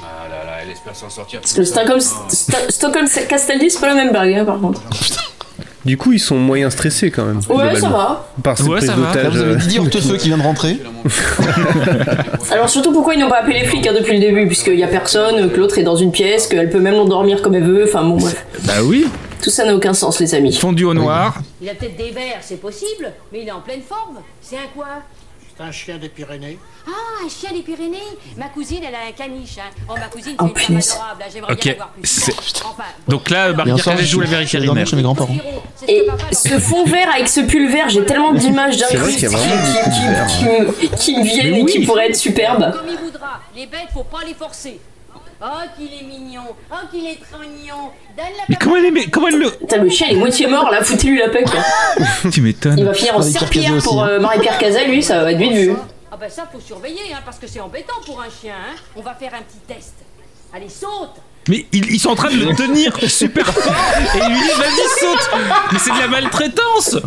L: Ah là là, elle espère s'en sortir.
B: Parce que le Stockholm, Sto- Stockholm Castaldi, c'est pas la même blague hein, par contre.
A: Du coup, ils sont moyens stressés quand même.
B: Ouais, ça
A: globalement.
B: va.
A: Par cette
I: Ouais,
A: prise
I: ça va.
A: d'otage.
I: Là, vous avez Didier Hortefeux qui vient de rentrer.
B: Alors surtout pourquoi ils n'ont pas appelé les flics hein, depuis le début, puisqu'il y a personne, que l'autre est dans une pièce, qu'elle peut même l'endormir comme elle veut, enfin bon bref.
C: Bah oui.
B: Tout ça n'a aucun sens les amis.
C: Fondu au noir.
H: Il a peut-être des vers, c'est possible, mais il est en pleine forme. C'est un quoi
O: C'est un chien des Pyrénées.
H: Ah, un chien des Pyrénées Ma cousine, elle a un caniche. Hein. Oh, ma cousine,
C: Ah.
B: Oh,
H: c'est une femme
B: punaise.
H: adorable. hein, J'aimerais
C: Ok.
H: bien en voir plus.
C: c'est- Donc là, euh, Marie
I: Et un soir,
C: Carré joue
I: je-
C: la vérité
I: je vais dormir chez mes
C: Euh,
I: grands-parents.
B: Et ce fond vert avec ce pull vert, j'ai tellement d'images d'un
I: C'est vrai qu'il y a vraiment beaucoup de vert. hein.
B: qui, me- qui me viennent et qui pourraient être superbes.
H: Comme il voudra. Les bêtes, faut pas les forcer. Oh, qu'il est mignon. Oh, qu'il est trognon. Donne la
C: Mais comment elle est mais comment elle le
B: Putain, le chien il est moitié mort là, foutez-lui la PEC.
C: Tu m'étonnes.
B: Il va finir en serpillère pour euh, Marie-Pierre Cazet, lui, ça va être vite vu.
H: Ah ben ça, faut surveiller, hein, parce que c'est embêtant pour un chien. Hein. On va faire un petit test. Allez, saute
C: Mais ils, ils sont en train de le tenir super fort et ils lui disent vas-y saute. Mais c'est de la maltraitance.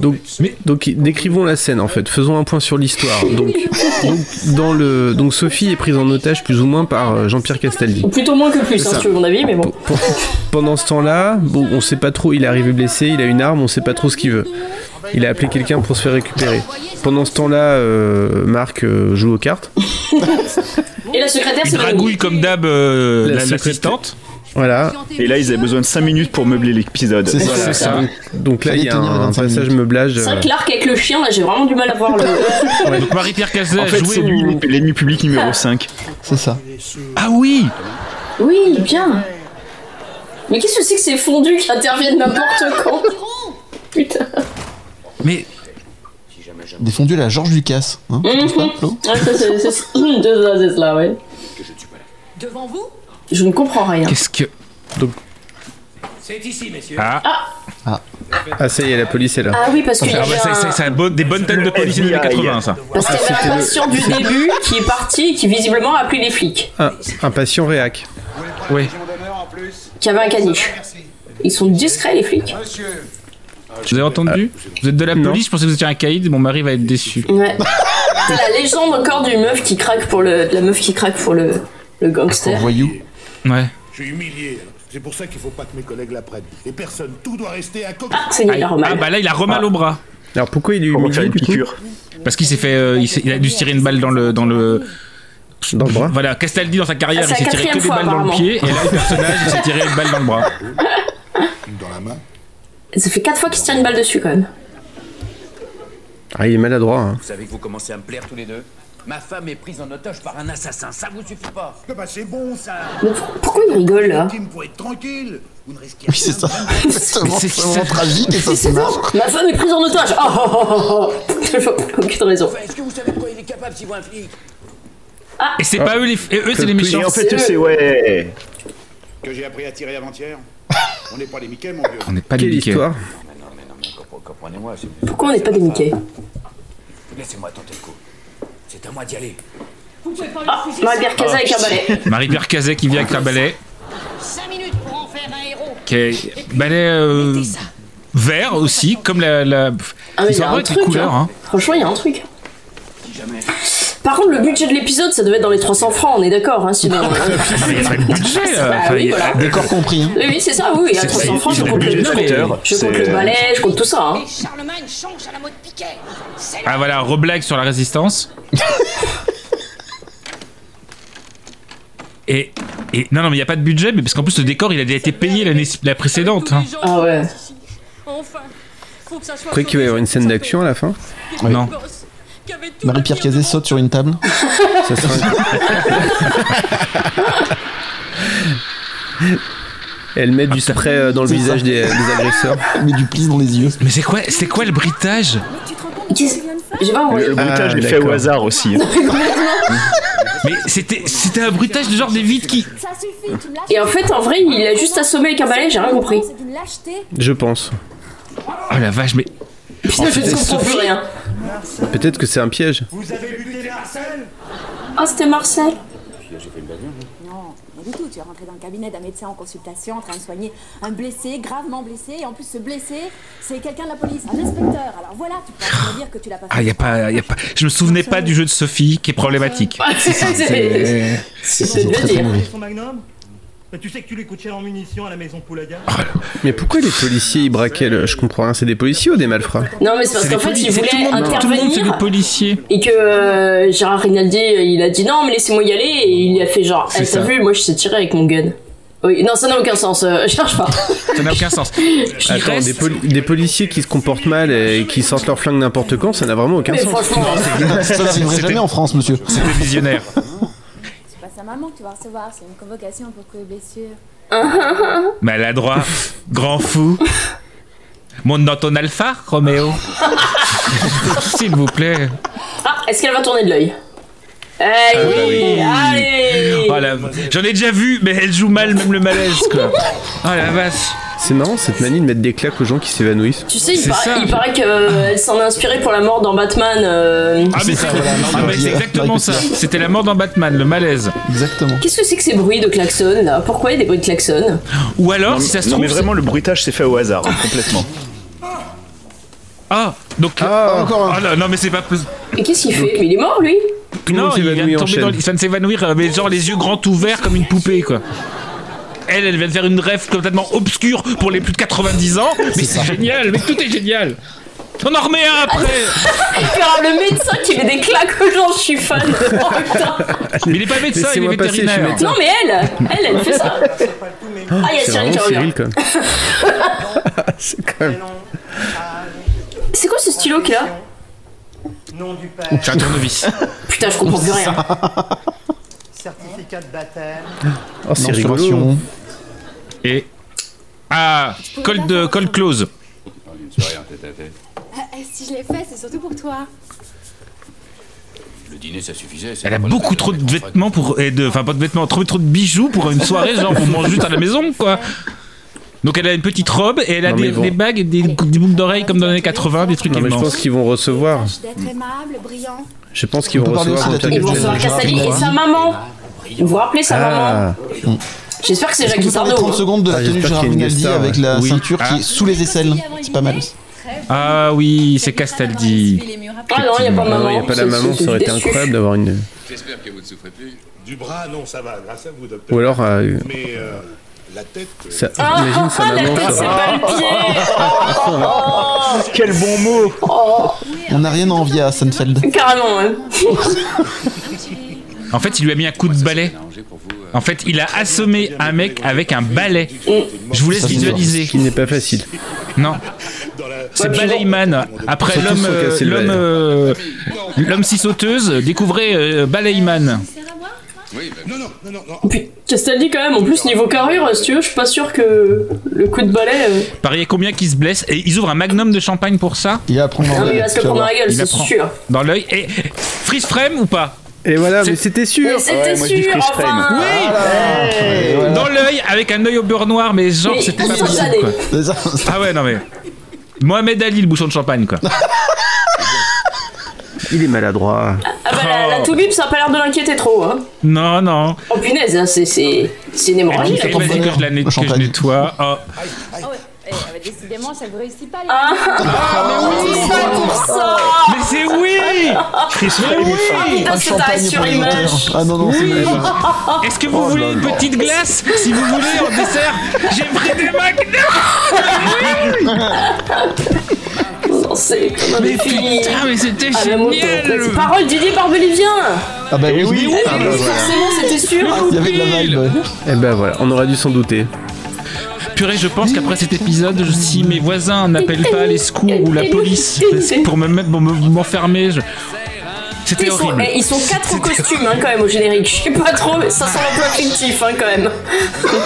A: Donc, donc, décrivons la scène en fait. Faisons un point sur l'histoire. Donc, donc, dans le, donc Sophie est prise en otage plus ou moins par euh, Jean-Pierre Castaldi.
B: Plutôt moins que plus,
A: C'est
B: hein,
A: ça.
B: si tu veux mon avis, mais bon.
A: P- Pendant ce temps-là, bon, on sait pas trop. Il est arrivé blessé, il a une arme, on sait pas trop ce qu'il veut. Il a appelé quelqu'un pour se faire récupérer. Pendant ce temps-là, euh, Marc euh, joue aux cartes.
B: Et la secrétaire,
C: Il
B: c'est pas
C: dragouille comme d'hab euh,
A: La
C: la-
A: secrétaire.
C: l'assistante.
A: Voilà.
J: Et là, ils avaient besoin de 5 minutes pour meubler l'épisode.
A: C'est ça, c'est ça. Donc là, il y a un, un passage meublage. euh,
B: C'est vrai que l'arc avec le chien, là, j'ai vraiment du mal à voir le.
C: Donc Marie-Pierre Cazet
J: En
C: a
J: fait,
C: joué
J: c'est lui l'ennemi public numéro 5.
I: C'est ça.
C: Ah oui
B: Oui, bien. Mais qu'est-ce que c'est que ces fondus qui interviennent n'importe quand Putain.
C: Mais.
I: Défendu à la Georges Lucas. Hein
B: Mhm. Ah, ça, c'est c'est- c'est- deux as, c'est là, ouais.
H: devant vous.
B: Je ne comprends rien.
C: Qu'est-ce que.
L: C'est ici, messieurs.
B: Ah,
A: Ah, ça y est, la police est là.
B: Ah oui, parce qu'il y
C: Ah
B: avait
C: bah, ça-
B: un-
C: ça- ça a beau- des bonnes têtes de policiers des années 80, ça.
B: parce qu'il y avait un patient du début qui est parti et qui visiblement a appelé les flics,
A: Un, un patient réac.
C: Oui.
B: qui avait un caniche. Ils sont discrets, les flics.
C: Vous avez entendu Vous êtes de la police, je pensais que vous étiez un caïd, mon mari va être déçu.
B: Ouais. T'as la légende encore du meuf qui craque pour le, de la meuf qui craque pour le, le gangster.
C: Ouais.
N: Je suis humilié. hein. C'est pour ça qu'il faut pas que mes collègues l'apprennent. Et personne, tout doit rester à coq.
B: c'est
C: Ah, ah, bah là, il a remal au bras.
A: Alors pourquoi il est
C: humilié du coup Parce qu'il s'est fait, euh, il, s'est- il a dû se tirer une balle dans le dans le
A: dans le bras.
C: Voilà, Castaldi dans sa carrière,
B: Ah, c'est
C: il s'est
B: la
C: tiré que
B: quatrième
C: des
B: fois,
C: balles dans le
B: apparemment.
C: pied, et là le personnage, il s'est tiré une balle dans le bras.
N: Dans la main.
B: Ça fait 4 fois qu'il se tire une balle dessus quand même.
A: Ah, il est maladroit. hein.
L: Vous savez que vous commencez à me plaire tous les deux Ma femme est prise en otage par un assassin, ça vous suffit pas
N: Bah c'est bon ça.
B: Mais pourquoi il rigole là
N: Pour être tranquille. Vous ne risquez
I: Oui, c'est ça. C'est vraiment,
N: c'est
I: c'est vraiment
N: ça.
I: tragique et ça, c'est marrant.
B: Ma femme est prise en otage Oh oh oh oh, oh. Je vois aucune raison.
L: Est-ce que vous savez de quoi il est capable s'il voit un flic
C: Et c'est pas eux les, et eux c'est les
J: Oui,
C: méchants.
J: en fait, c'est ouais.
N: Que j'ai appris à tirer avant-hier. On n'est pas les Mickey, mon vieux.
C: On n'est pas les Mickey.
L: Comprenez-moi, c'est-
B: Pourquoi on n'est pas des Mickey
L: laissez-moi tenter le coup. C'est à moi d'y aller.
H: Vous pouvez pas
B: Ah,
H: me refuser
B: Marie-Pierre Cazat avec un balai.
C: Marie-Pierre Cazet qui vient avec un balai,
H: 5 minutes pour en faire un héros.
C: qui est balai euh, vert aussi, comme la. la...
B: Ah, mais il
C: Ils
B: y
C: sont
B: a
C: vraiment
B: un
C: des hein.
B: truc.
C: couleurs,
B: hein.
C: hein.
B: Franchement, il y a un truc. Par contre, le budget de l'épisode, ça devait être dans les 300 francs, on est d'accord, hein, sinon.
C: Il y a pas de budget.
B: Bah
C: là. Enfin,
B: oui,
C: il y a-
B: voilà.
I: Décor compris. hein.
B: Oui, oui, c'est ça, oui, à
C: C'est-
B: 300
C: ils
B: francs, je
C: ont
B: compte
C: obligé
B: le
C: de
B: balai,
C: scooter,
B: je compte
C: c'est-
B: le balai, je compte tout ça. Hein.
C: Ah voilà, reblague sur la résistance. et, et- non, non, mais il n'y a pas de budget, mais parce qu'en plus le décor il a déjà été payé l'année la précédente. hein.
B: Ah ouais.
K: Enfin, faut que ça soit.
A: Vous croyez qu'il va y avoir une scène d'action à la fin
C: Non.
I: Marie-Pierre Cazet saute sur une table.
A: Ça sera- Elle met du spray euh, dans le visage des, des agresseurs.
I: Mais du plis dans les yeux.
C: Mais c'est quoi, c'est quoi le britage
B: J'ai pas envoyé.
J: Le bruitage
A: Ah,
J: est fait au
A: d'accord.
J: hasard aussi.
C: Mais c'était, c'était un bruitage de genre des vides qui.
B: Et en fait, en vrai, il a juste assommé avec un balai, j'ai rien compris.
A: Je pense.
C: Oh la vache, mais.
B: Putain, je ne comprends plus rien.
A: Peut-être que c'est un piège.
B: Ah, c'était Marcel.
P: Non, pas du tout. Tu es rentré dans le cabinet d'un médecin en consultation en train de soigner un blessé, gravement blessé. Et en plus, ce blessé, c'est quelqu'un de la police, un inspecteur. Alors voilà, tu peux me dire que tu l'as pas fait.
C: Ah, y a pas, y a pas. Je me souvenais pas du jeu de Sophie qui est problématique.
P: C'est-
C: C'est-
B: Ah, c'est de le dire.
Q: Son magnum Bah, Tu sais que tu lui coûtes cher en munitions à la maison Poulaga
C: Oh,
A: Mais pourquoi les policiers ils braquaient le... Je comprends rien, c'est des policiers ou des malfrats
B: Non, mais c'est parce
A: C'est
B: qu'en
A: des
B: fait,
A: poli-
B: il
A: c'est
B: voulait
A: tout le monde- tout le monde, c'est
B: intervenir.
A: des
C: policiers.
B: Et que euh, Gérard Rinaldi, euh, il a dit non, mais laissez-moi y aller. Et il a fait genre,
C: C'est
B: eh, t'as
C: ça.
B: vu, moi je sais tirer avec mon gun. Oui, non, ça n'a aucun sens, euh, je cherche pas.
C: Ça n'a aucun sens.
A: Attends, des, poli- des policiers qui se comportent mal et qui sortent leur flingue n'importe quand, ça n'a vraiment aucun
B: Mais
A: sens.
B: franchement,
I: Ça n'arriverait jamais en France, monsieur.
C: C'était visionnaire.
P: C'est pas sa maman que tu vas recevoir, c'est une convocation pour coups de blessure.
C: Maladroit, grand fou. Monte dans ton alpha, Roméo. S'il vous plaît.
B: Ah, est-ce qu'elle va tourner de l'œil
A: Ah
B: Allez,
A: bah
B: allez
C: Oh, la- J'en ai déjà vu, mais elle joue mal, même le malaise, quoi. Oh la vache.
A: C'est marrant cette manie de mettre des claques aux gens qui s'évanouissent.
B: Tu sais, il,
A: C'est
B: paraît-
A: ça.
B: il paraît qu'elle s'en a inspiré pour la mort dans Batman. euh.
C: Ah, mais c'est ah, mais c'est exactement ça. C'était la mort dans Batman, le malaise.
A: Ah.
I: Exactement.
B: Qu'est-ce que c'est que ces bruits de klaxon là Pourquoi il y a des bruits de klaxon
C: Ou alors, si ça se
J: non,
C: trouve.
J: mais vraiment, le bruitage s'est fait au hasard, hein, complètement.
C: Ah, donc.
A: Ah,
C: encore non, non, mais c'est pas possible.
B: Et qu'est-ce qu'il fait Mais il est mort lui
A: le
C: Non,
A: monde
C: il vient
A: s'évanouit
C: de
A: en
C: tomber
A: chaîne.
C: dans le- il vient de s'évanouir, euh, mais genre les yeux grands ouverts comme une poupée, quoi. Elle, elle vient de faire une rêve complètement obscure pour les plus de 90 ans, mais c'est génial, mais tout est génial. On en remet un après
B: Et alors, le médecin qui met des claques aux gens, je suis fan. Oh, putain.
C: Mais il est pas médecin, il est
A: Laissez-moi passer, je suis
C: vétérinaire.
A: médecin.
B: Non mais elle, elle, elle fait ça. Ah, il y a
A: c'est
B: Cyril
A: vraiment
B: qui revient.
A: Cyril, quand même. c'est quand même.
B: C'est quoi ce stylo qu'il a
Q: Nom du père.
C: C'est un tournevis.
B: Putain, je comprends plus rien.
Q: Certificat de baptême.
A: Oh, c'est
I: Mensuration.
A: rigolo.
C: Et. Ah, col, de, col close.
M: Ah, si je l'ai fait, c'est surtout pour toi.
L: Le dîner, ça suffisait. c'est
C: Elle a
L: pas la
C: beaucoup
L: peine
C: trop de
L: mettre en frais.
C: vêtements pour. et de- Enfin, pas de vêtements, trop, trop de bijoux pour une soirée, genre on mange juste à la maison, quoi. Donc elle a une petite robe et elle a
A: Non, mais
C: des,
A: bon.
C: des bagues et des, des boucles d'oreilles comme dans les années 80, des trucs
A: Non, mais je
C: immenses.
A: pense qu'ils vont recevoir.
M: D'être aimable, brillant.
A: Je pense qu'ils
I: On
A: vont
I: peut parler
A: recevoir
I: aussi
A: un truc
I: de la
B: Ils vont
A: de-
B: recevoir Cassali et sa maman. Ils vous rappelez sa maman
A: Ah,
B: J'espère que c'est
I: Est-ce qu'on
B: Jacques hein.
I: peut parler
B: Sardo.
I: 30 secondes de la
A: Ah,
I: tenue
A: j'espère
I: Gérard
A: qu'il y a une
I: Rinaldi
A: star, hein.
I: avec la
C: oui.
I: ceinture qui
C: Ah.
I: est sous les aisselles C'est pas mal aussi.
C: Ah oui, c'est Castaldi.
B: Ah non, il n'y a pas de
A: Ah non, il n'y a
B: maman.
A: pas la
B: C'est-
A: maman,
B: c'est-
A: ça aurait été
B: c'est déçu.
A: incroyable d'avoir une.
N: J'espère que vous ne souffrez plus. Du bras, non, ça va, grâce à vous, docteur.
A: Ou alors, euh,
N: Mais euh, la tête.
A: ça...
B: Ah,
A: imagine sa
B: la
A: maman.
B: tête,
A: ça-
B: c'est pas le Oh, pied
J: Quel bon mot
I: On n'a rien à envier à Seinfeld.
B: Oh, Carrément, hein.
C: En fait, il lui a mis un coup de balai.
L: euh,
C: En fait, il a assommé un mec avec un balai.
L: Oh,
C: Je vous laisse
A: Ça, c'est
C: visualiser.
A: Ce qui n'est pas facile.
C: Non. C'est Balayman. Après
A: Surtout
C: l'homme,
A: sans
C: euh,
A: casser le
C: l'homme,
A: balai.
C: euh, l'homme scie sauteuse, découvrez euh, Balayman.
B: Oh, Puis Castaldi, quand même, en plus, niveau carrure, si tu veux, je suis pas sûr que le coup de balai. euh,
C: Pariez combien qui se blesse et ils ouvrent un magnum de champagne pour ça.
I: Il va
A: Oh,
I: prendre
B: Non,
I: en
B: mais il va se le prendre dans la gueule,
C: Il la
B: c'est
C: prend
B: sûr.
C: dans l'œil. Et freeze frame ou pas
A: Et voilà, mais c'était sûr.
B: Mais c'était sûr, enfin Ah,
C: Oui. Dans l'œil avec un œil au beurre noir, mais genre
B: Mais
C: c'était pas possible.
B: instantané.
C: quoi. Ah ouais, non mais. Mohamed Ali, le bouchon de champagne, quoi.
A: Il est maladroit.
B: Ah bah, la, la toubib, ça a pas l'air de l'inquiéter trop, hein.
C: Non, non.
B: Oh punaise, hein, c'est, c'est, c'est une hémorragie.
C: Ah Elle
B: là.
C: m'a dit que je la net- que je nettoie. Oh.
P: Ah ouais, eh, ah bah, décidément, ça ne vous réussit pas, les
B: Ah,
P: gars.
B: ah, mais oui, c'est pour ça
C: Mais c'est oui
J: Chris
B: Mais
J: Ray,
B: oui
J: enfin,
B: Ah, putain,
J: un
B: c'est
J: champagne
B: arrêt sur
J: pour les
B: image.
J: auteurs.
I: Ah non, non, c'est
J: Oui.
I: magnifique.
B: Ah,
C: Est-ce que vous
I: Oh
C: voulez
I: là
C: une
I: là.
C: petite glace Si vous voulez, en dessert, j'ai pris des
B: Non, c'est comme un
C: Mais
B: défi.
C: putain, mais c'était
B: Ah, la moto.
C: génial.
B: C'est Parole d'Ili Barbelivien
I: Ah bah oui, oui,
B: Ah, mais oui, forcément, c'était sûr
I: Il y avait de la vibe.
A: Et ben voilà, on aurait dû s'en douter.
C: Purée, je pense qu'après cet épisode, je- si mes voisins n'appellent pas les secours ou la police parce que pour me mettre, pour me- m'enfermer, je... c'était
B: Ils sont,
C: horrible.
B: eh, ils sont quatre en costume hein, quand même au générique. Je sais pas trop, mais ça sent un peu fictif hein, quand même.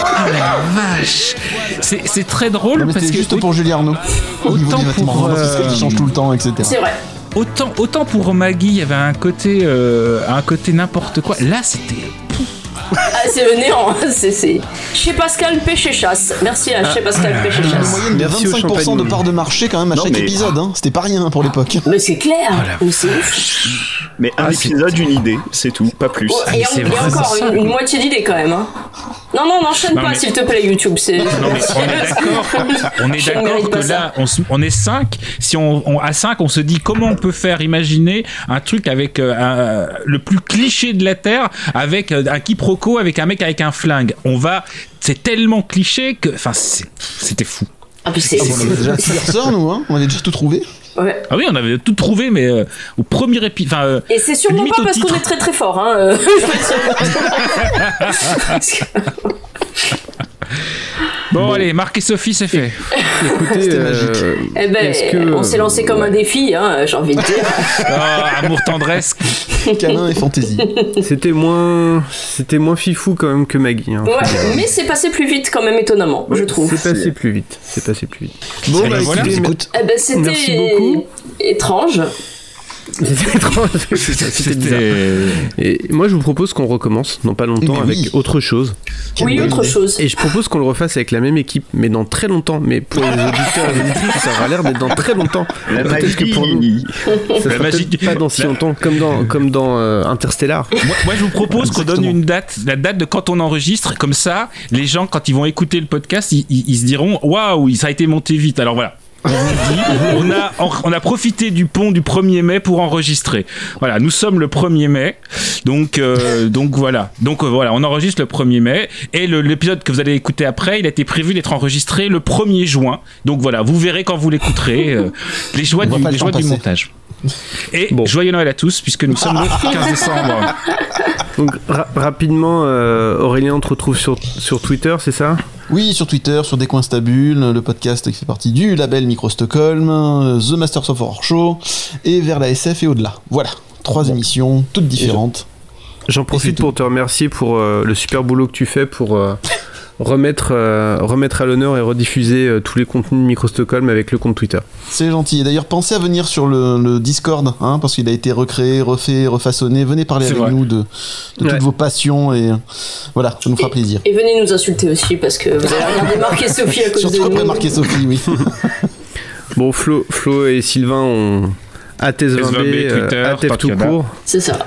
C: Ah la vache C'est c'est très drôle
I: Non, mais
C: parce
I: c'était
C: que
I: juste pour Julie Arnaud. Au niveau
C: autant
I: des vêtements,
C: pour,
I: vraiment, c'est ce qui
C: euh,
I: change tout le temps, etc.
C: Autant, autant pour Maggie, il y avait un côté, euh, un côté n'importe quoi. Là, c'était.
B: Ah, c'est le néant. hein, c'est- c'est- Chez Pascal Pêche-Chasse. Merci à Chez Pascal Pêche-Chasse.
I: Il y a 25% de part de marché quand même à
J: Non,
I: chaque
J: mais-
I: épisode, hein. c'était pas rien hein, pour l'époque.
B: Mais c'est clair, mais c'est ouf.
J: Mais un épisode, une idée, c'est tout, pas plus.
B: Ah, Oh, et on- il y a encore une, une moitié d'idée quand même. hein. Non, non, n'enchaîne
C: Non,
B: pas
C: mais-
B: s'il te plaît, YouTube. C'est...
C: Non, mais on est d'accord. On est
B: Je ne mérite
C: d'accord
B: pas
C: que là, on, se- on est 5. Si on, on- à 5, on se dit comment on peut faire imaginer un truc avec euh, un- le plus cliché de la terre, avec euh, un quiproquo, avec un mec avec un flingue. On va. C'est tellement cliché que. Enfin, c'est- c'était fou.
B: Ah, puis c'est-
I: Ah, on avait déjà
B: c'est-
I: six heures, nous, hein. on avait déjà tout trouvé.
B: Ouais.
C: Ah oui, on avait tout trouvé, mais euh, au premier épisode. Enfin, euh,
B: Et c'est sûrement
C: limite
B: pas
C: au
B: parce qu'on
C: titre.
B: est très très fort. Hein. euh, je me tiens.
C: Bon, allez, Marc et Sophie, c'est fait.
A: Écoutez, euh,
B: Eh ben,
A: est-ce que,
B: on s'est lancé comme un défi, hein, j'ai envie de dire.
C: Ah, amour tendresse.
I: Câlin et fantaisie.
A: C'était moins, c'était moins fifou quand même que Maggie. hein.
B: Ouais, mais c'est passé plus vite quand même étonnamment, je trouve.
A: C'est passé plus vite. C'est passé plus vite.
I: Bon,
A: bah, écoutez,
B: Eh ben, c'était
A: Merci beaucoup.
B: étrange.
A: C'était étrange. C'était bizarre. Et moi, je vous propose qu'on recommence, non pas longtemps,
I: Mais
A: avec
I: oui.
A: autre chose.
B: Oui, Quelle autre idée. chose.
A: Et je propose qu'on le refasse avec la même équipe, mais dans très longtemps. Mais pour les auditeurs et les auditrices, ça aura l'air d'être dans très longtemps.
J: La
A: Peut-être que pour nous,
J: magie.
A: ça sera
C: La magie.
A: peut-être pas dans si
C: La-
A: longtemps, comme dans, comme dans euh, Interstellar.
C: Moi, moi, je vous propose qu'on donne une date, la date de quand on enregistre. Comme ça, les gens, quand ils vont écouter le podcast, ils, ils- ils se diront Waouh, ça a été monté vite. Alors voilà. On, vous le dit, on a, on a profité du pont du 1er mai pour enregistrer. Voilà, nous sommes le 1er mai. Donc, euh, donc voilà. Donc euh, voilà, on enregistre le 1er mai. Et le- l'épisode que vous allez écouter après, il a été prévu d'être enregistré le 1er juin. Donc voilà, vous verrez quand vous l'écouterez euh, les joies,
I: On voit
C: du,
I: pas le
C: les
I: temps
C: joies du
I: passer.
C: montage. Et joyeux Noël à tous, puisque nous sommes
I: Ah.
C: le 15 décembre.
A: Donc, ra- rapidement, euh, Aurélien, on te retrouve sur, sur Twitter, c'est ça
I: Oui, sur Twitter, sur Des Coins Stabules, le podcast qui fait partie du label Micro Stockholm, euh, The Masters of Horror Show, et vers la SF et au-delà. Voilà, trois émissions, toutes différentes.
A: J'en profite pour te remercier pour euh, le super boulot que tu fais pour euh, remettre, euh, remettre à l'honneur et rediffuser euh, tous les contenus de Micro Stockholm avec le compte Twitter.
I: C'est gentil. Et d'ailleurs, pensez à venir sur le, le Discord, hein, parce qu'il a été recréé, refait, refaçonné. Venez parler
C: C'est
I: avec
C: vrai.
I: nous de, de
A: Ouais.
I: toutes vos passions, et euh, voilà, ça nous fera plaisir.
B: Et venez nous insulter aussi parce que vous avez regardé Marc et Sophie à cause
I: Surtout
B: de
I: après
B: nous.
I: Marc et Sophie, oui.
A: Bon, Flo, Flo et Sylvain ont
C: SVB,
A: ATES20B,
C: Twitter,
A: euh, ATEF tout
C: Torquemada.
A: court.
B: C'est ça.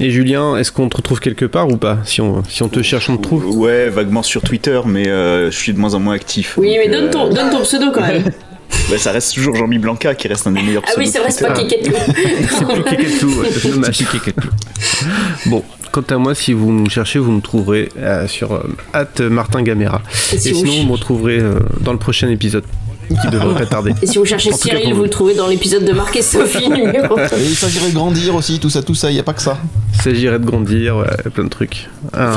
A: Et Julien, est-ce qu'on te retrouve quelque part ou pas si on, si on te cherche, on te trouve
J: Ouais, vaguement sur Twitter, mais euh, je suis de moins en moins actif.
B: Oui, mais
J: donc,
B: donne
J: euh,
B: ton, donne ton pseudo quand même.
J: bah, ça reste toujours Jean-Mi Blanca qui reste un des meilleurs
B: Ah oui,
J: pseudos
B: c'est vrai, c'est pas
J: Twitter.
B: Kiketou.
A: dommage. Bon, quant à moi, si vous me cherchez, vous me trouverez euh, sur euh, at Martin Gamera.
B: Et
A: Et,
B: si vous
A: sinon,
B: ch-
A: vous me retrouverez euh, dans le prochain épisode, qui devrait pas tarder.
B: Et si vous cherchez
A: En tout cas pour
B: Cyril, vous
A: vous.
B: le trouvez dans l'épisode de Marc et Sophie numéro.
I: Et il s'agirait de grandir aussi, tout ça, tout ça, il n'y a pas que ça.
A: Il s'agirait de grandir, ouais, plein de trucs. Un, un-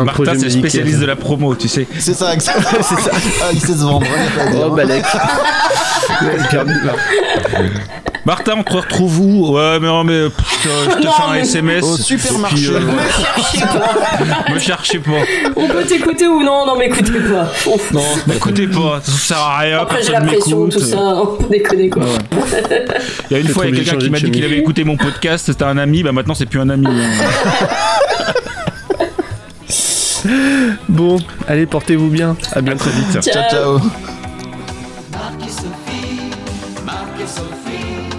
A: un projet
C: Euh, Martin, c'est le
A: musical.
C: spécialiste de la promo, tu sais.
I: C'est ça, ex- c'est ça. Ah, il sait se vendre, il a pas à dire.
A: Oh, Balek. Ouais, j'ai perdu, là.
C: Martin, on te retrouve où Ouais, mais non, mais pff, je te- je te
B: Non,
C: fais un
B: mais-
C: SMS.
I: Au
C: puis,
I: supermarché.
C: euh,
B: Cherchez pas.
C: me cherchez pas.
B: On peut t'écouter ou non Non, mais écoutez pas. Ouf.
C: M'écoutez pas, ça sert à rien.
B: Après, j'ai la
C: personne
B: pression,
C: m'écoute.
B: tout ça.
A: euh.
B: On peut déconner quoi.
C: Il y a une
A: Peut-être
C: fois,
A: obligé
C: il y a
A: de
C: quelqu'un qui
A: changer
C: m'a
A: de
C: dit qu'il
A: chemise.
C: avait écouté mon podcast, c'était un ami, bah maintenant c'est plus un ami. hein.
A: Bon, allez, portez-vous bien. À
C: À
A: bientôt.
C: très vite.
I: Ciao, ciao.
R: Marc et Sophie, Marc et Sophie,